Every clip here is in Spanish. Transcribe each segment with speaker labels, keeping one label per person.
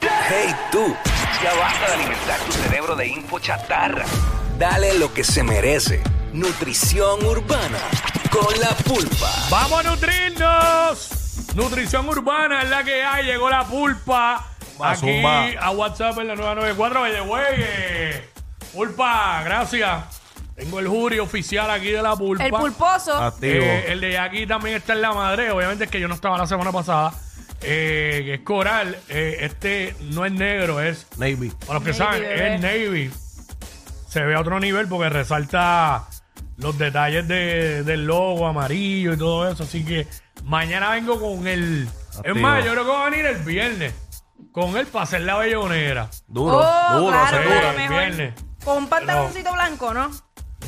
Speaker 1: Hey tú, ya basta de alimentar tu cerebro de info chatarra. Dale lo que se merece. Nutrición urbana con la pulpa.
Speaker 2: ¡Vamos a nutrirnos! Nutrición urbana es la que hay. Llegó la pulpa.
Speaker 3: Zumba,
Speaker 2: aquí
Speaker 3: zumba.
Speaker 2: a WhatsApp en la 994 By the way, eh, Pulpa, gracias. Tengo el jury oficial aquí de la pulpa.
Speaker 4: El pulposo.
Speaker 3: Activo.
Speaker 2: Eh, el de Jackie también está en la madre. Obviamente es que yo no estaba la semana pasada. Eh, que es coral. Eh, este no es negro, es.
Speaker 3: Navy.
Speaker 2: Para los que
Speaker 4: Navy,
Speaker 2: saben,
Speaker 4: bebé.
Speaker 2: es Navy. Se ve a otro nivel porque resalta los detalles de- del logo amarillo y todo eso. Así que mañana vengo con el.
Speaker 3: Activo.
Speaker 2: Es más, yo creo que va a venir el viernes. Con el para hacer la bellonera.
Speaker 3: Duro,
Speaker 4: oh,
Speaker 3: duro,
Speaker 4: claro,
Speaker 3: seguro.
Speaker 4: claro,
Speaker 2: el
Speaker 4: mejor.
Speaker 2: viernes.
Speaker 4: Con un pantaloncito blanco, ¿no?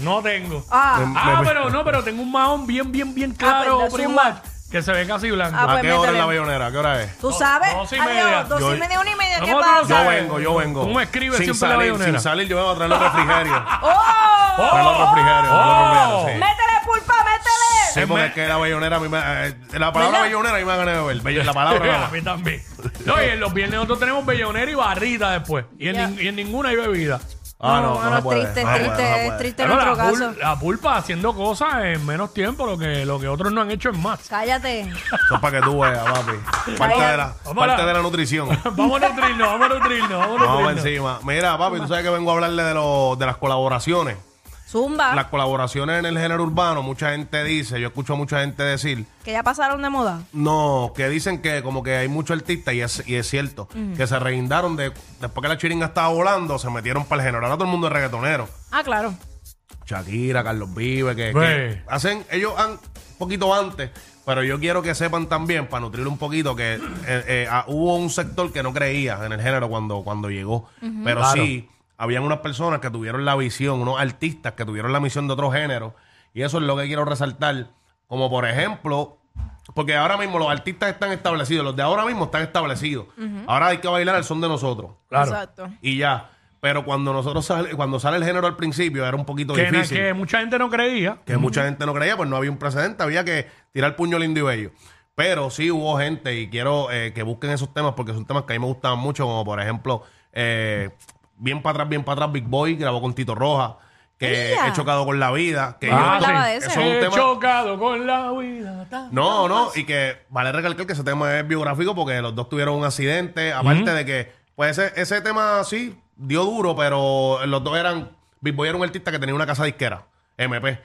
Speaker 2: No tengo.
Speaker 4: Ah,
Speaker 2: Ah, pero no, pero tengo un mahón bien, bien, bien claro,
Speaker 4: pues, de
Speaker 2: primo,
Speaker 4: zumba.
Speaker 2: que se ve casi blanco.
Speaker 4: Ah,
Speaker 3: ¿A
Speaker 4: pues
Speaker 3: qué hora es
Speaker 4: métele.
Speaker 3: la bayonera? ¿A qué hora es?
Speaker 4: tú
Speaker 2: dos-
Speaker 4: sabes.
Speaker 2: dos y
Speaker 4: Adiós,
Speaker 2: media.
Speaker 4: dos
Speaker 3: Yo-
Speaker 4: y media, una y media. ¿Qué
Speaker 2: ¿Cómo tú lo
Speaker 4: pasa?
Speaker 3: Yo
Speaker 2: sabes?
Speaker 3: vengo, yo vengo.
Speaker 2: ¿Cómo escribe
Speaker 3: sin
Speaker 2: siempre la
Speaker 3: salir,
Speaker 2: bayonera?
Speaker 3: Sin salir, yo vengo a traer los refrigerios.
Speaker 4: ¡Oh!
Speaker 2: Oh,
Speaker 3: Traer los refrigerios.
Speaker 2: Oh.
Speaker 3: los refrigerios, sí.
Speaker 4: ¡Métele, pulpa, métele!
Speaker 3: Sí, porque es que la bayonera a mí me... eh, la palabra
Speaker 4: ¿Verdad?
Speaker 3: bayonera a mí me da ganas de beber. Bello- La palabra
Speaker 2: a
Speaker 3: nada
Speaker 2: mí también. No, y en los viernes nosotros tenemos bellonera y barrita después. Y en,
Speaker 4: Ya.
Speaker 2: nin- y en ninguna hay bebida.
Speaker 3: Ah, no, no,
Speaker 4: no,
Speaker 3: se puede,
Speaker 4: triste,
Speaker 3: no se puede,
Speaker 4: triste,
Speaker 3: no se puede.
Speaker 4: triste
Speaker 2: Pero la,
Speaker 4: nuestro caso.
Speaker 2: pul- la pulpa haciendo cosas en menos tiempo, lo que, lo que otros no han hecho en más.
Speaker 4: Cállate.
Speaker 3: Eso es para que tú veas, papi. Parte de la,
Speaker 2: Vamos a la-
Speaker 3: parte de la nutrición.
Speaker 2: vamos a nutrirnos, vamos a nutrirnos, vamos a
Speaker 3: Vamos para
Speaker 2: nutrirnos.
Speaker 3: encima. Mira, papi, tú sabes que vengo a hablarle de, los- de las colaboraciones.
Speaker 4: Zumba,
Speaker 3: Las colaboraciones en el género urbano, mucha gente dice, yo escucho a mucha gente decir...
Speaker 4: que ya pasaron de moda.
Speaker 3: No, que dicen que como que hay muchos artistas y es, y es cierto, que se reindaron de, después que la chiringa estaba volando, se metieron para el género. Ahora todo el mundo es reggaetonero.
Speaker 4: Ah, claro.
Speaker 3: Shakira, Carlos Vive, que,
Speaker 2: Güey.
Speaker 3: que hacen, ellos han un poquito antes, pero yo quiero que sepan también, para nutrir un poquito, que eh, eh, ah, hubo un sector que no creía en el género cuando, cuando llegó. Pero
Speaker 2: Claro.
Speaker 3: sí, habían unas personas que tuvieron la visión, unos artistas que tuvieron la misión de otro género. Y eso es lo que quiero resaltar. Como por ejemplo, porque ahora mismo los artistas están establecidos, los de ahora mismo están establecidos. Ahora hay que bailar al son de nosotros.
Speaker 2: Claro.
Speaker 4: Exacto.
Speaker 3: Y ya. Pero cuando nosotros sale, cuando sale el género al principio era un poquito
Speaker 2: Que, na-
Speaker 3: difícil
Speaker 2: que mucha gente no creía.
Speaker 3: que mucha gente no creía, pues no había un precedente, había que tirar puño lindo y bello. Pero sí hubo gente, y quiero eh, que busquen esos temas porque son temas que a mí me gustaban mucho, como por ejemplo, eh, bien para atrás, bien para atrás, Big Boy grabó con Tito Roja, que
Speaker 4: ¡Ella!
Speaker 3: he chocado con la vida, que
Speaker 4: Ah,
Speaker 3: yo-
Speaker 4: hablaba de ese.
Speaker 3: eso es un
Speaker 2: He
Speaker 3: tema-
Speaker 2: chocado con la vida. ta-
Speaker 3: no, no, y que vale recalcar que ese tema es biográfico porque los dos tuvieron un accidente, aparte de que, pues ese, ese tema sí dio duro, pero los dos eran, Big Boy era un artista que tenía una casa disquera, MP.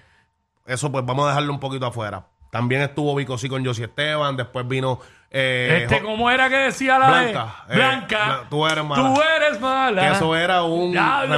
Speaker 3: Eso pues vamos a dejarlo un poquito afuera. También estuvo Vico sí con Josie Esteban, después vino... eh,
Speaker 2: este,
Speaker 3: Jo-
Speaker 2: ¿cómo era que decía la de-
Speaker 3: Blanca, eh,
Speaker 2: Blanca.
Speaker 3: la- tú eres mala.
Speaker 2: Tú eres mala.
Speaker 3: que eso era un...
Speaker 2: Diablo,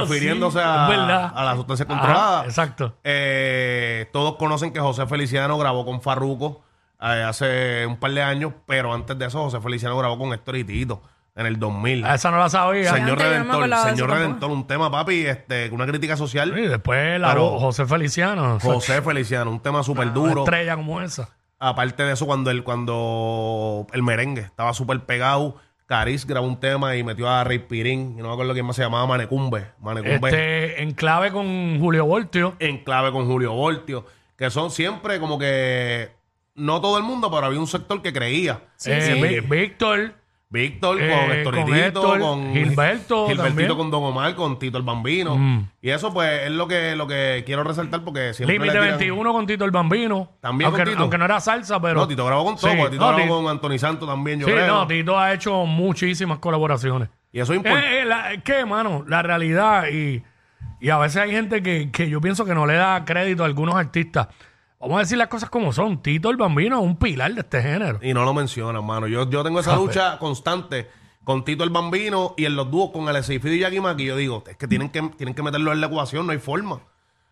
Speaker 2: sí,
Speaker 3: refiriéndose
Speaker 2: es
Speaker 3: a,
Speaker 2: verdad.
Speaker 3: a la sustancia
Speaker 2: Ajá,
Speaker 3: controlada.
Speaker 2: exacto.
Speaker 3: Eh, todos conocen que José Feliciano grabó con Farruko eh, hace un par de años, pero antes de eso José Feliciano grabó con Héctor y Tito en el 2000.
Speaker 2: Ah, Esa no la sabía.
Speaker 3: Señor
Speaker 4: Antes yo no me
Speaker 3: Redentor,
Speaker 4: acordaba de eso
Speaker 3: Señor
Speaker 4: tampoco.
Speaker 3: Redentor, un tema, papi, este, una crítica
Speaker 2: Y
Speaker 3: social.
Speaker 2: después la
Speaker 3: Pero-
Speaker 2: voz, José Feliciano. o sea,
Speaker 3: José Feliciano, un tema súper
Speaker 2: una
Speaker 3: duro.
Speaker 2: estrella como esa.
Speaker 3: Aparte de eso, cuando el, cuando el merengue estaba súper pegado, Caris grabó un tema y metió a Rey Pirín, y no me acuerdo quién más se llamaba, Manecumbe. Manecumbe
Speaker 2: Este, en clave con Julio Voltio.
Speaker 3: en clave con Julio Voltio, que son siempre como que no todo el mundo, pero había un sector que creía.
Speaker 4: Sí,
Speaker 2: Eh,
Speaker 4: sí.
Speaker 2: Vi- Víctor.
Speaker 3: Víctor
Speaker 2: Eh,
Speaker 3: con Héctorito,
Speaker 2: con Héctor,
Speaker 3: con,
Speaker 2: Gilberto
Speaker 3: Gilbertito
Speaker 2: también. Mm.
Speaker 3: con Don Omar, con Tito el Bambino. Y eso pues es lo que, lo que quiero resaltar porque siempre le
Speaker 2: Límite
Speaker 3: tiran-
Speaker 2: 21 con Tito el Bambino.
Speaker 3: También
Speaker 2: aunque,
Speaker 3: con Tito.
Speaker 2: aunque no era salsa, pero.
Speaker 3: No, Tito grabó con todo,
Speaker 2: Sí,
Speaker 3: porque Tito
Speaker 2: no,
Speaker 3: grabó
Speaker 2: Tito-
Speaker 3: con Anthony Santos también, yo
Speaker 2: Sí,
Speaker 3: creo.
Speaker 2: no, Tito ha hecho muchísimas colaboraciones.
Speaker 3: Y eso es importante.
Speaker 2: Eh, eh, la- es que, mano, la realidad y, y a veces hay gente que, que yo pienso que no le da crédito a algunos artistas. Vamos a decir las cosas como son. Tito el Bambino es un pilar de este género.
Speaker 3: Y no lo mencionan, mano. Yo, yo tengo esa lucha constante con Tito el Bambino y en los dúos con Alexis Fido y Jackie Maki. Yo digo, es que tienen, que tienen que meterlo en la ecuación, no hay forma.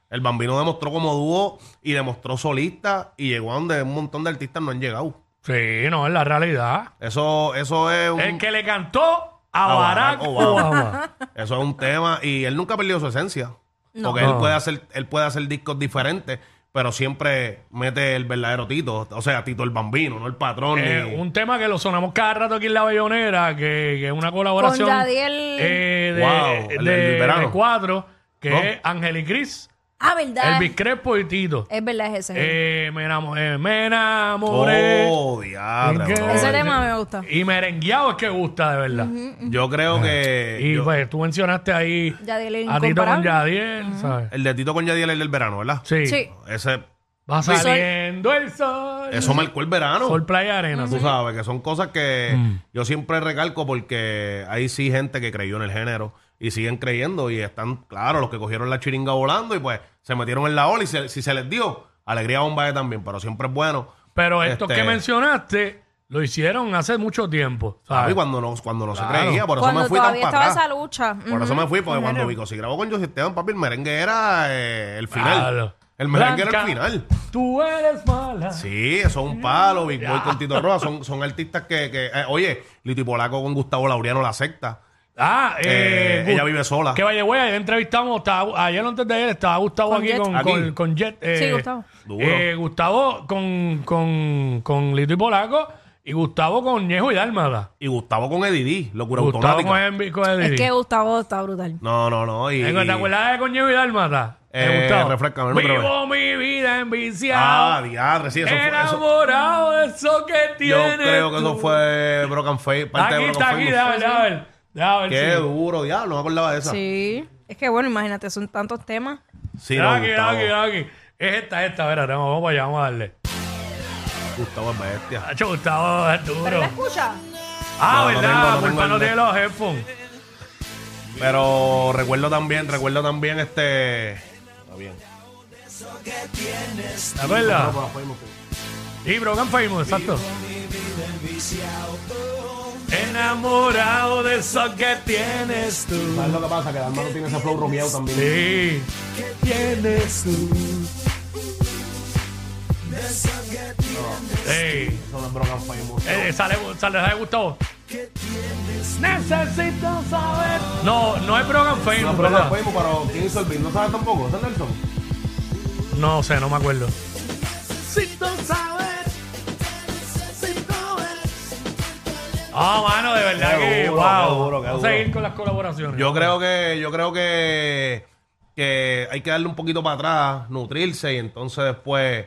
Speaker 3: El Bambino demostró como dúo y demostró solista y llegó a donde un montón de artistas no han llegado.
Speaker 2: Sí, no, es la realidad.
Speaker 3: Eso, eso es un,
Speaker 2: El que le cantó a,
Speaker 3: A
Speaker 2: Barack,
Speaker 3: Barack Obama.
Speaker 2: Obama.
Speaker 3: eso es un tema y él nunca perdió su esencia. Porque él
Speaker 2: No.
Speaker 3: puede hacer, él puede hacer discos diferentes, pero siempre mete el verdadero Tito. O sea, Tito el Bambino, no el patrón.
Speaker 2: Eh,
Speaker 3: ni-
Speaker 2: un tema que lo sonamos cada rato aquí en La Bellonera, que, que es una colaboración
Speaker 4: Con Yadiel.
Speaker 2: eh, de,
Speaker 3: Wow, el-
Speaker 2: de-
Speaker 3: el verano.
Speaker 2: de cuatro, que
Speaker 3: No.
Speaker 2: es Ángel y Cris.
Speaker 4: Ah, ¿verdad?
Speaker 2: Elvis Crespo y Tito.
Speaker 4: Es verdad, es ese.
Speaker 2: Eh, me enamoré. Me enamoré.
Speaker 3: Oh, diablo.
Speaker 2: ¿Qué?
Speaker 3: bro.
Speaker 4: ese tema me gusta.
Speaker 2: Y merengueado es que gusta, de verdad.
Speaker 3: Yo creo que.
Speaker 2: Ah, Y
Speaker 3: Eh, yo-
Speaker 2: pues tú mencionaste ahí
Speaker 4: Yadiel
Speaker 2: a Tito con
Speaker 4: Incomparable.
Speaker 2: Yadiel, ¿sabes?
Speaker 3: el de Tito con Yadiel es el del verano, ¿verdad?
Speaker 2: Sí.
Speaker 4: Sí.
Speaker 3: Ese,
Speaker 2: Va saliendo el sol.
Speaker 3: eso marcó el verano.
Speaker 2: Sol, Mm. playa, arena.
Speaker 3: Tú sabes que son cosas que yo siempre recalco porque hay sí gente que creyó en el género y siguen creyendo y están, claro, los que cogieron la chiringa volando y pues se metieron en la ola y se- si se les dio, alegría bomba también, pero siempre es bueno.
Speaker 2: Pero estos
Speaker 3: Este- Ah,
Speaker 2: que mencionaste lo hicieron hace mucho tiempo.
Speaker 3: A mí
Speaker 2: ¿sabes?
Speaker 3: cuando no, cuando no se
Speaker 2: Claro.
Speaker 3: creía, por eso
Speaker 4: Cuando
Speaker 3: me fui tan
Speaker 4: todavía estaba
Speaker 3: para
Speaker 4: esa
Speaker 3: atrás.
Speaker 4: lucha.
Speaker 3: Por eso me fui, porque cuando Vico si grabó con José Esteban, papi, el merengue era eh, el final.
Speaker 2: Claro.
Speaker 3: El merengue era el
Speaker 2: Blanca,
Speaker 3: final.
Speaker 2: Tú eres mala.
Speaker 3: Sí, eso es un palo, Big Boy con Tito Rojas, son, son artistas que, que eh, oye, Lito y Polaco con Gustavo Laureano, la secta.
Speaker 2: Ah, eh,
Speaker 3: Eh, ella
Speaker 2: Gu-
Speaker 3: vive sola.
Speaker 2: Que vaya, güey, ayer entrevistamos, estaba- ayer o antes de ayer estaba Gustavo
Speaker 4: Con
Speaker 2: aquí,
Speaker 4: Jet.
Speaker 2: Con,
Speaker 3: Aquí.
Speaker 2: Con, con Jet. eh,
Speaker 4: Sí, Gustavo.
Speaker 3: Duro.
Speaker 2: eh, Gustavo con, con, con Lito y Polaco y Gustavo con Ñejo y Dálmada.
Speaker 3: Y Gustavo con Edidí, locura
Speaker 2: Gustavo con
Speaker 3: automática.
Speaker 2: Envi- con Eddie.
Speaker 4: Es que Gustavo está brutal.
Speaker 3: No, no, no. Y,
Speaker 2: ¿Te acuerdas de con Ñejo y Dálmada?
Speaker 3: Eh,
Speaker 2: Gustavo?
Speaker 3: refrescame, no creo.
Speaker 2: Vivo mi vida enviciado.
Speaker 3: Ah, diadre, sí, eso fue. eso-
Speaker 2: enamorado de eso que
Speaker 3: yo
Speaker 2: tienes
Speaker 3: creo que eso
Speaker 2: tú.
Speaker 3: fue Broken Face, parte
Speaker 2: Aquí
Speaker 3: de
Speaker 2: está,
Speaker 3: Broken
Speaker 2: aquí,
Speaker 3: Face.
Speaker 2: déjame, déjame ver. Déjame ver.
Speaker 3: Qué
Speaker 2: sí.
Speaker 3: duro, diablo, no me acordaba de esa.
Speaker 4: Sí. Es que bueno, imagínate, son tantos temas.
Speaker 3: Sí,
Speaker 2: Mira
Speaker 3: no,
Speaker 2: aquí, mira
Speaker 3: Gustavo,
Speaker 2: aquí, mira aquí. Es esta, esta, verá, vamos, vamos para allá, vamos a darle.
Speaker 3: Gustavo es bestia.
Speaker 2: Hacho, Gustavo es
Speaker 4: ¿Pero
Speaker 2: duro.
Speaker 4: la escucha?
Speaker 2: Ah,
Speaker 3: No, no tengo,
Speaker 2: verdad,
Speaker 3: no
Speaker 2: culpa
Speaker 3: tengo
Speaker 2: no
Speaker 3: el
Speaker 2: tiene
Speaker 3: de-
Speaker 2: los headphones.
Speaker 3: Pero recuerdo también, recuerdo también este. Está bien.
Speaker 2: ¿Es verdad? Y Brogan Famous, exacto. Enamorado de eso que tienes tú.
Speaker 3: ¿Sabes lo que pasa? Que Dalma no tiene ese flow romeado también.
Speaker 2: Sí. Que tienes tú. Ey,
Speaker 3: Eso no es Broken Face.
Speaker 2: eh, sale, sale, sale Gustavo. Necesito saber. No, no es Brogan
Speaker 3: No,
Speaker 2: Famous,
Speaker 3: pero
Speaker 2: ¿verdad?
Speaker 3: Face, pero ¿quién hizo el beat? ¿No sabes tampoco? ¿Ese ¿Es Nelson?
Speaker 2: No sé, no me acuerdo. Ah, mano, de verdad
Speaker 3: Qué
Speaker 2: que
Speaker 3: duro,
Speaker 2: wow.
Speaker 3: qué duro,
Speaker 2: Vamos
Speaker 3: qué
Speaker 2: a
Speaker 3: duro.
Speaker 2: seguir con las colaboraciones.
Speaker 3: Yo creo que, yo creo que, que hay que darle un poquito para atrás, nutrirse y entonces después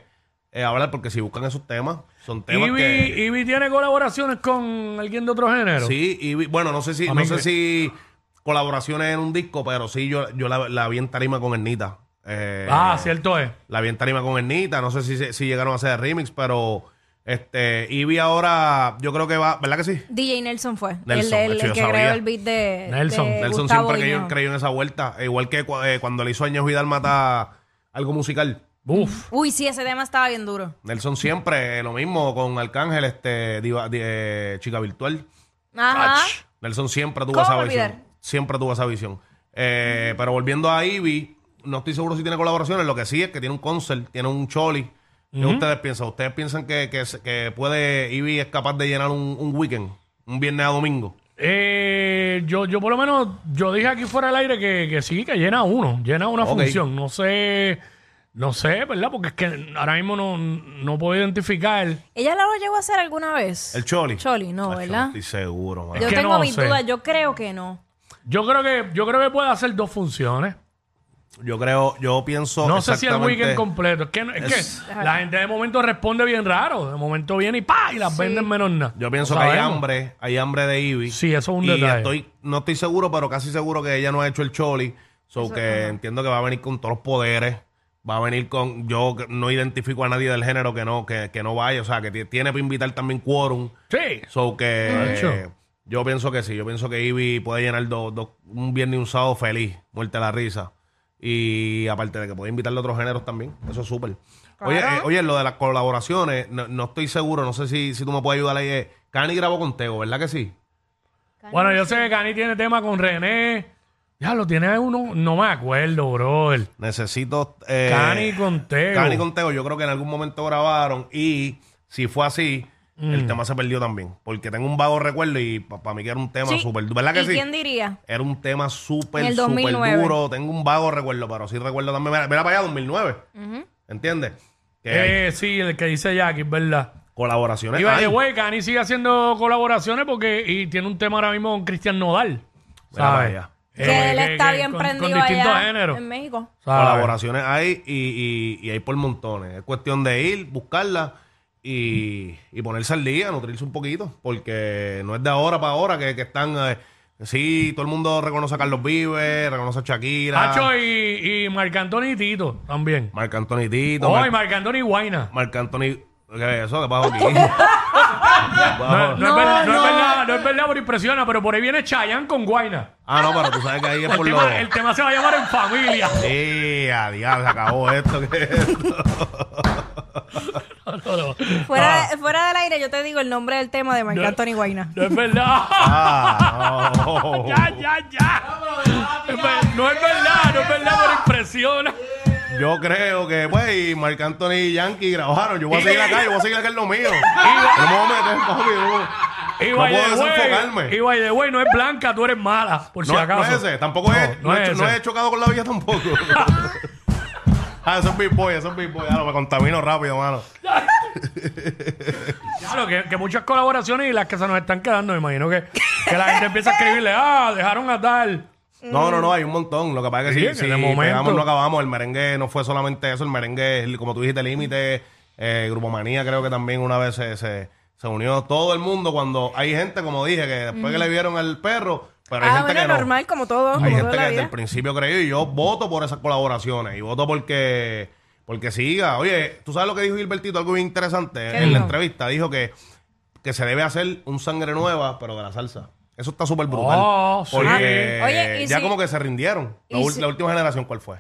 Speaker 3: eh, hablar, porque si buscan esos temas, son temas
Speaker 2: Ivy,
Speaker 3: que.
Speaker 2: Ivy tiene colaboraciones con alguien de otro género.
Speaker 3: Sí, y vi- bueno, no sé si,
Speaker 2: A
Speaker 3: no
Speaker 2: mí
Speaker 3: sé
Speaker 2: me-
Speaker 3: si colaboraciones en un disco, pero sí, yo, yo la, la vi en tarima con Ernita. Eh,
Speaker 2: Ah, cierto es.
Speaker 3: La vi en tarima con Ernita, no sé si, se- si llegaron a hacer remix, pero este, Ivy ahora, yo creo que va, ¿verdad que sí?
Speaker 4: DJ Nelson fue.
Speaker 3: Nelson,
Speaker 4: el, del-
Speaker 3: macho,
Speaker 4: el
Speaker 3: yo
Speaker 4: que
Speaker 3: sabía.
Speaker 4: creó el beat de
Speaker 2: Nelson.
Speaker 4: de
Speaker 3: Nelson
Speaker 4: Eh, Gustavo
Speaker 3: siempre creyó,
Speaker 4: Guiñón.
Speaker 3: creyó en esa vuelta, igual que cua- eh, cuando le hizo años y Dálmata algo musical.
Speaker 2: Uf.
Speaker 4: Uy, sí, ese tema estaba bien duro.
Speaker 3: Nelson siempre eh, lo mismo con Arcángel, este diva- di- eh, chica virtual.
Speaker 4: Ajá.
Speaker 2: Ach.
Speaker 3: Nelson siempre tuvo
Speaker 4: ¿Cómo
Speaker 3: esa
Speaker 4: me
Speaker 3: visión.
Speaker 4: olvidar?
Speaker 3: Siempre tuvo esa visión. Eh, Pero volviendo a Ivy, no estoy seguro si tiene colaboraciones. Lo que sí es que tiene un concert, tiene un choli. ¿Qué ustedes piensan? ¿Ustedes piensan que, que se- que puede Ivy es capaz de llenar un, un weekend? Un viernes a domingo.
Speaker 2: Eh, yo, yo por lo menos, yo dije aquí fuera del aire que, que sí, que llena uno, llena una
Speaker 3: Ok.
Speaker 2: función. No sé, no sé, ¿verdad? Porque es que ahora mismo no, no puedo identificar.
Speaker 4: ¿Ella lo llegó a hacer alguna vez?
Speaker 3: ¿El choli?
Speaker 4: Choli,
Speaker 3: Ay,
Speaker 4: no,
Speaker 3: yo
Speaker 4: ¿verdad?
Speaker 3: Estoy seguro, mano.
Speaker 4: Yo
Speaker 2: que
Speaker 4: tengo
Speaker 2: no
Speaker 4: mis
Speaker 2: sé.
Speaker 4: dudas, yo creo que no.
Speaker 2: Yo creo que, yo creo que puede hacer dos funciones.
Speaker 3: Yo creo, yo pienso.
Speaker 2: No sé si el
Speaker 3: Oh, exactamente-
Speaker 2: weekend completo. Es que, es que la gente de momento responde bien raro. De momento viene y pa y las venden menos nada.
Speaker 3: Yo pienso
Speaker 2: No
Speaker 3: que hay
Speaker 2: sabemos.
Speaker 3: hambre, hay hambre de Ivy.
Speaker 2: Sí, eso es un
Speaker 3: y
Speaker 2: detalle.
Speaker 3: Estoy, no estoy seguro, pero casi seguro que ella no ha hecho el choli. So que entiendo que va a venir con todos los poderes. Va a venir con. Yo no identifico a nadie del género que no, que, que no vaya. O sea, que ti- tiene para invitar también quórum.
Speaker 2: Sí.
Speaker 3: So que.
Speaker 2: Nacho.
Speaker 3: eh, yo pienso que sí. Yo pienso que Ivy puede llenar dos- dos- un viernes y un sábado feliz. Muerte a la risa. Y aparte de que puede invitarle a otros géneros también. Eso es súper. Oye, eh, oye, lo de las colaboraciones, no, no estoy seguro. No sé si, si tú me puedes ayudar ahí. eh. Cani grabó con Tego, ¿verdad que sí?
Speaker 2: Bueno, yo sé que Cani tiene tema con René. Ya lo tiene uno, no me acuerdo, bro.
Speaker 3: Necesito. Eh,
Speaker 2: Cani con Tego.
Speaker 3: Cani con Tego, yo creo que en algún momento grabaron y si fue así,
Speaker 2: Mm.
Speaker 3: el tema se perdió también. Porque tengo un vago recuerdo y para mí que era un tema
Speaker 4: Sí.
Speaker 3: súper duro. ¿Verdad que
Speaker 4: ¿Y
Speaker 3: sí?
Speaker 4: quién diría?
Speaker 3: Era un tema súper,
Speaker 4: En el
Speaker 3: súper
Speaker 4: 2009.
Speaker 3: duro. Tengo un vago recuerdo, pero sí recuerdo también. Mira, mira para allá, 2009. ¿Entiendes? Que hay
Speaker 2: Eh, sí, el que dice Jackie, es verdad.
Speaker 3: colaboraciones.
Speaker 2: Y by the
Speaker 3: Ay,
Speaker 2: way, Cani sigue haciendo colaboraciones porque y tiene un tema ahora mismo con Cristian Nodal.
Speaker 3: Mira para
Speaker 2: ¿sabes?
Speaker 3: allá.
Speaker 4: Que
Speaker 2: Eh,
Speaker 4: él
Speaker 2: que-
Speaker 4: está
Speaker 2: que
Speaker 4: bien
Speaker 2: con-
Speaker 4: prendido
Speaker 2: con distintos
Speaker 4: allá
Speaker 2: géneros.
Speaker 4: en México.
Speaker 2: ¿sabes?
Speaker 3: Colaboraciones hay y, y- y hay por montones. Es cuestión de ir, buscarlas y, y ponerse al día, nutrirse un poquito, porque no es de ahora para ahora que, que están... eh, sí, todo el mundo reconoce a Carlos Vives, reconoce a Shakira,
Speaker 2: Hacho y, y Marc Anthony y Tito también.
Speaker 3: Marc Anthony Tito,
Speaker 2: Hoy
Speaker 3: Mar-
Speaker 2: Marc Anthony y Guaina.
Speaker 3: Marc Anthony... ¿Qué es eso? ¿Qué pasó aquí? ¿Qué pasó?
Speaker 2: No, no es
Speaker 4: No,
Speaker 2: verdad, no,
Speaker 4: no.
Speaker 2: es verdad, no es verdad, pero impresiona, pero por ahí viene Chayanne con Guaina.
Speaker 3: Ah, no, pero tú sabes que ahí es
Speaker 2: El
Speaker 3: por lo...
Speaker 2: tema, Pues el tema se va a llamar En Familia.
Speaker 3: Sí, adiós, se acabó esto. ¿qué es esto?
Speaker 2: No, no, no.
Speaker 3: Ah.
Speaker 4: Fuera, de- fuera del aire yo te digo el nombre del tema de Marc Anthony Guaina.
Speaker 2: No es verdad.
Speaker 3: Ah, no.
Speaker 2: Ya, ya, ya. Es ver- No es verdad, no es verdad, pero impresiona.
Speaker 3: Yo creo que, pues, y Marc Anthony y Yankee grabaron. Yo voy a seguir acá, yo voy a seguir acá en lo mío. No me voy a meter, papi.
Speaker 2: Y
Speaker 3: No, no
Speaker 2: by the
Speaker 3: puedo
Speaker 2: way,
Speaker 3: desenfocarme.
Speaker 2: y by the way, no es blanca, tú eres mala, por si
Speaker 3: no,
Speaker 2: acaso.
Speaker 3: no es ese, tampoco es.
Speaker 2: No, no
Speaker 3: No, he,
Speaker 2: es
Speaker 3: hecho- no
Speaker 2: ese.
Speaker 3: he chocado con la villa tampoco. ah, eso es Big Boy, eso es Big Boy. Ya lo me contamino rápido, mano.
Speaker 2: Claro, que, que muchas colaboraciones y las que se nos están quedando, me imagino que, que la gente empieza a escribirle, ah, dejaron a tal.
Speaker 3: No, no, no, hay un montón. Lo que pasa es que
Speaker 2: Mm. Sí,
Speaker 3: si-
Speaker 2: en
Speaker 3: si,
Speaker 2: el momento.
Speaker 3: pegamos, no acabamos. El merengue no fue solamente eso. El merengue, como tú dijiste, límite. Eh, Grupo Manía creo que también una vez se, se, se unió todo el mundo. Cuando hay gente, como dije, que después que le vieron al perro, pero hay
Speaker 4: Ah,
Speaker 3: gente
Speaker 4: bueno,
Speaker 3: que no.
Speaker 4: normal, como todo, como
Speaker 3: Hay
Speaker 4: todo
Speaker 3: gente
Speaker 4: en
Speaker 3: que
Speaker 4: la
Speaker 3: desde
Speaker 4: vida.
Speaker 3: el principio creyó y yo voto por esas colaboraciones y voto porque porque siga. Oye, tú sabes lo que dijo Gilbertito, algo bien interesante en la
Speaker 4: dijo?
Speaker 3: entrevista. Dijo que, que se debe hacer un sangre nueva, pero de la salsa. Eso está súper brutal.
Speaker 2: Oh, sí.
Speaker 3: Porque
Speaker 4: Ah, oye, y
Speaker 3: ya
Speaker 4: si-
Speaker 3: como que se rindieron. La,
Speaker 4: y
Speaker 3: ul-
Speaker 4: si-
Speaker 3: la última generación, ¿cuál fue?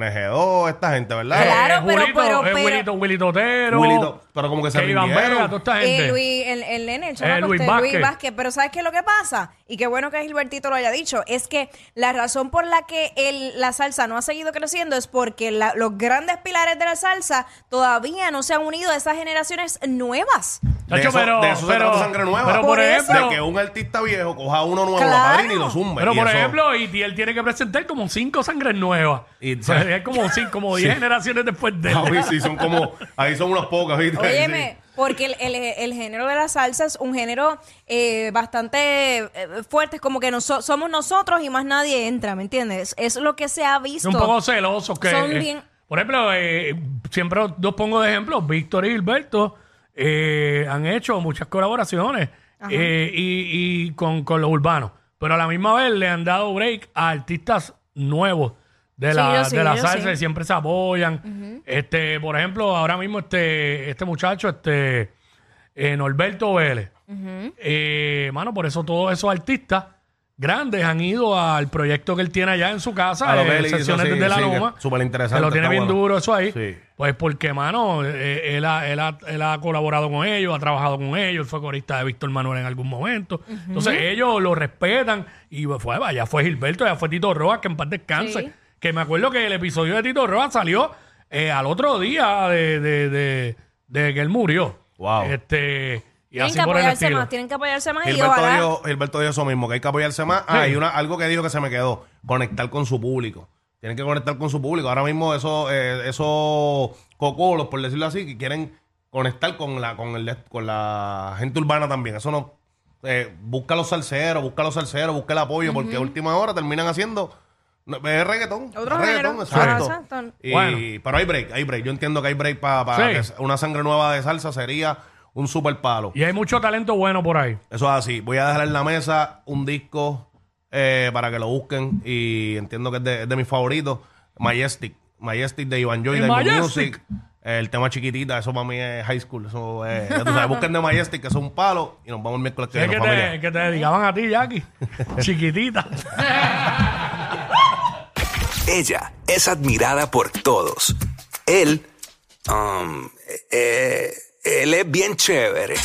Speaker 3: NG2, esta gente, ¿verdad?
Speaker 4: Claro, pero-
Speaker 2: Julito,
Speaker 4: pero-
Speaker 2: eh,
Speaker 4: pero-
Speaker 2: Wilito, Wilito Otero,
Speaker 3: Wilito, pero como que se
Speaker 2: que Iván
Speaker 3: rindieron.
Speaker 2: Vega, toda esta gente.
Speaker 4: Eh, Luis, el, el nene, el
Speaker 2: Eh,
Speaker 4: chamaco
Speaker 2: Luis
Speaker 4: este,
Speaker 2: Vázquez.
Speaker 4: Luis Vázquez. Pero ¿sabes qué es lo que pasa? Y qué bueno que Gilbertito lo haya dicho. Es que la razón por la que el- la salsa no ha seguido creciendo es porque la- los grandes pilares de la salsa todavía no se han unido a esas generaciones nuevas.
Speaker 3: De
Speaker 2: Chacho,
Speaker 3: eso,
Speaker 2: pero-
Speaker 3: de eso se
Speaker 2: pero-
Speaker 3: trata sangre nueva.
Speaker 2: Pero por,
Speaker 4: Por eso.
Speaker 2: ejemplo,
Speaker 3: de que un artista viejo coja uno nuevo, la
Speaker 4: Claro.
Speaker 3: padrina y lo zumbe.
Speaker 2: pero
Speaker 3: Y
Speaker 2: por
Speaker 3: eso-
Speaker 2: ejemplo, y, y él tiene que presentar como cinco sangres nuevas.
Speaker 3: Y-
Speaker 2: O sea, es como cinco, como diez generaciones después de él.
Speaker 3: Ahí sí son como, ahí son unas pocas, ¿viste? Ahí
Speaker 4: Óyeme, porque el, el- el género de la salsa es un género eh, bastante eh, fuerte, es como que noso- somos nosotros y más nadie entra, ¿me entiendes? Es lo que se ha visto.
Speaker 2: Son un poco celosos que
Speaker 4: Son
Speaker 2: eh,
Speaker 4: bien-
Speaker 2: por ejemplo eh, siempre os- los pongo de ejemplo Víctor y Gilberto eh, han hecho muchas colaboraciones eh, y, y con, con los urbanos pero a la misma vez le han dado break a artistas nuevos de
Speaker 4: Sí,
Speaker 2: la,
Speaker 4: yo sí,
Speaker 2: de la
Speaker 4: yo
Speaker 2: salsa
Speaker 4: sí.
Speaker 2: y siempre se apoyan este por ejemplo ahora mismo este este muchacho este eh, Norberto Vélez eh, mano por eso todos esos artistas grandes han ido al proyecto que él tiene allá en su casa
Speaker 3: A lo
Speaker 2: eh,
Speaker 3: que él hizo,
Speaker 2: sesiones
Speaker 3: sí,
Speaker 2: desde la
Speaker 3: sí, que
Speaker 2: loma.
Speaker 3: súper interesante,
Speaker 2: Que Lo tiene
Speaker 3: está
Speaker 2: bien
Speaker 3: bueno.
Speaker 2: duro eso ahí.
Speaker 3: Sí.
Speaker 2: Pues porque, mano, eh, él, ha, él ha- él ha colaborado con ellos, ha trabajado con ellos, él fue corista de Víctor Manuel en algún momento. Entonces ellos lo respetan y fue, ya fue Gilberto, ya fue Tito Rojas, que en paz descanse.
Speaker 4: Sí.
Speaker 2: Que me acuerdo que el episodio de Tito Rojas salió eh, al otro día de, de- de- de que él murió.
Speaker 3: Wow.
Speaker 2: Este, y
Speaker 4: tienen
Speaker 2: así
Speaker 4: que
Speaker 2: por el
Speaker 4: apoyarse
Speaker 2: estilo.
Speaker 4: más, tienen que apoyarse más y
Speaker 3: Gilberto
Speaker 4: ojalá-
Speaker 3: dijo, Gilberto dijo eso mismo, que hay que apoyarse más.
Speaker 2: Sí.
Speaker 3: Ah, hay una, algo que dijo que se me quedó, conectar con su público. Tienen que conectar con su público. Ahora mismo esos, eh, esos cocolos, por decirlo así, que quieren conectar con la, con el, con la gente urbana también. Eso no... eh, busca los salseros, busca los salseros, busca el apoyo, porque a última hora terminan haciendo... no, es reggaetón.
Speaker 4: Otro
Speaker 3: es reggaetón,
Speaker 4: género.
Speaker 3: exacto.
Speaker 4: Ah, exacto.
Speaker 3: Y-
Speaker 2: Bueno.
Speaker 3: Pero hay break, hay break. Yo entiendo que hay break para
Speaker 2: Sí.
Speaker 3: una sangre nueva de salsa sería un super palo.
Speaker 2: Y hay mucho talento bueno por ahí.
Speaker 3: Eso es así. Voy a dejar en la mesa un disco eh, para que lo busquen y entiendo que es de, es de mis favoritos. Majestic. Majestic de Iván Joy
Speaker 2: ¿Y
Speaker 3: de Good
Speaker 2: Majestic?
Speaker 3: Music. El tema chiquitita, eso para mí es high school. Eso es, ya tú sabes, busquen de Majestic, que es un palo, y nos vamos el miércoles que
Speaker 2: Es
Speaker 3: viene,
Speaker 2: que
Speaker 3: familia.
Speaker 2: te, que te dedicaban a ti, Jackie. Chiquitita.
Speaker 1: Ella es admirada por todos. Él, um, eh, él es bien chévere.